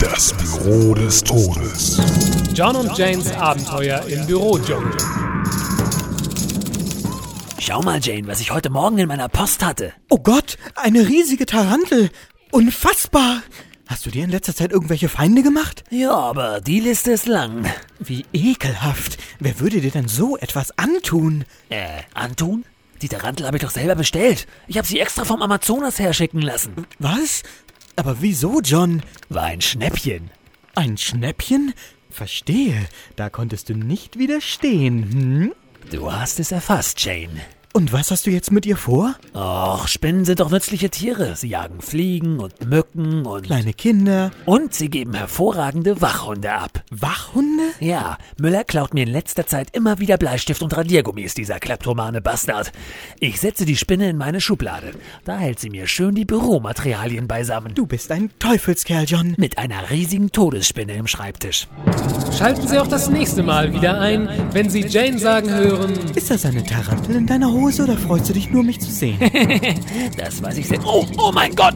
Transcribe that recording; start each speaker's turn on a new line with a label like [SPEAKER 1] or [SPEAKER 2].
[SPEAKER 1] Das Büro des Todes.
[SPEAKER 2] John und Janes Abenteuer im Büro, John.
[SPEAKER 3] Schau mal, Jane, was ich heute Morgen in meiner Post hatte.
[SPEAKER 4] Oh Gott, eine riesige Tarantel. Unfassbar. Hast du dir in letzter Zeit irgendwelche Feinde gemacht?
[SPEAKER 3] Ja, aber die Liste ist lang.
[SPEAKER 4] Wie ekelhaft. Wer würde dir denn so etwas antun?
[SPEAKER 3] Äh, Antun? Die Tarantel habe ich doch selber bestellt. Ich habe sie extra vom Amazonas herschicken lassen.
[SPEAKER 4] Was? Aber wieso, John?
[SPEAKER 3] War ein Schnäppchen.
[SPEAKER 4] Ein Schnäppchen? Verstehe. Da konntest du nicht widerstehen. Hm?
[SPEAKER 3] Du hast es erfasst, Jane.
[SPEAKER 4] Und was hast du jetzt mit ihr vor?
[SPEAKER 3] Och, Spinnen sind doch nützliche Tiere. Sie jagen Fliegen und Mücken und...
[SPEAKER 4] Kleine Kinder,
[SPEAKER 3] Und sie geben hervorragende Wachhunde ab.
[SPEAKER 4] Wachhunde?
[SPEAKER 3] Ja, Müller klaut mir in letzter Zeit immer wieder Bleistift und Radiergummis, dieser kleptomane Bastard. Ich setze die Spinne in meine Schublade. Da hält sie mir schön die Büromaterialien beisammen.
[SPEAKER 4] Du bist ein Teufelskerl, John.
[SPEAKER 3] Mit einer riesigen Todesspinne im Schreibtisch.
[SPEAKER 2] Schalten Sie auch das nächste Mal wieder ein, wenn Sie Jane sagen hören.
[SPEAKER 4] Ist das eine Tarantel in deiner Hose oder freust du dich nur, mich zu sehen?
[SPEAKER 3] Das weiß ich sehr. Oh, oh mein Gott!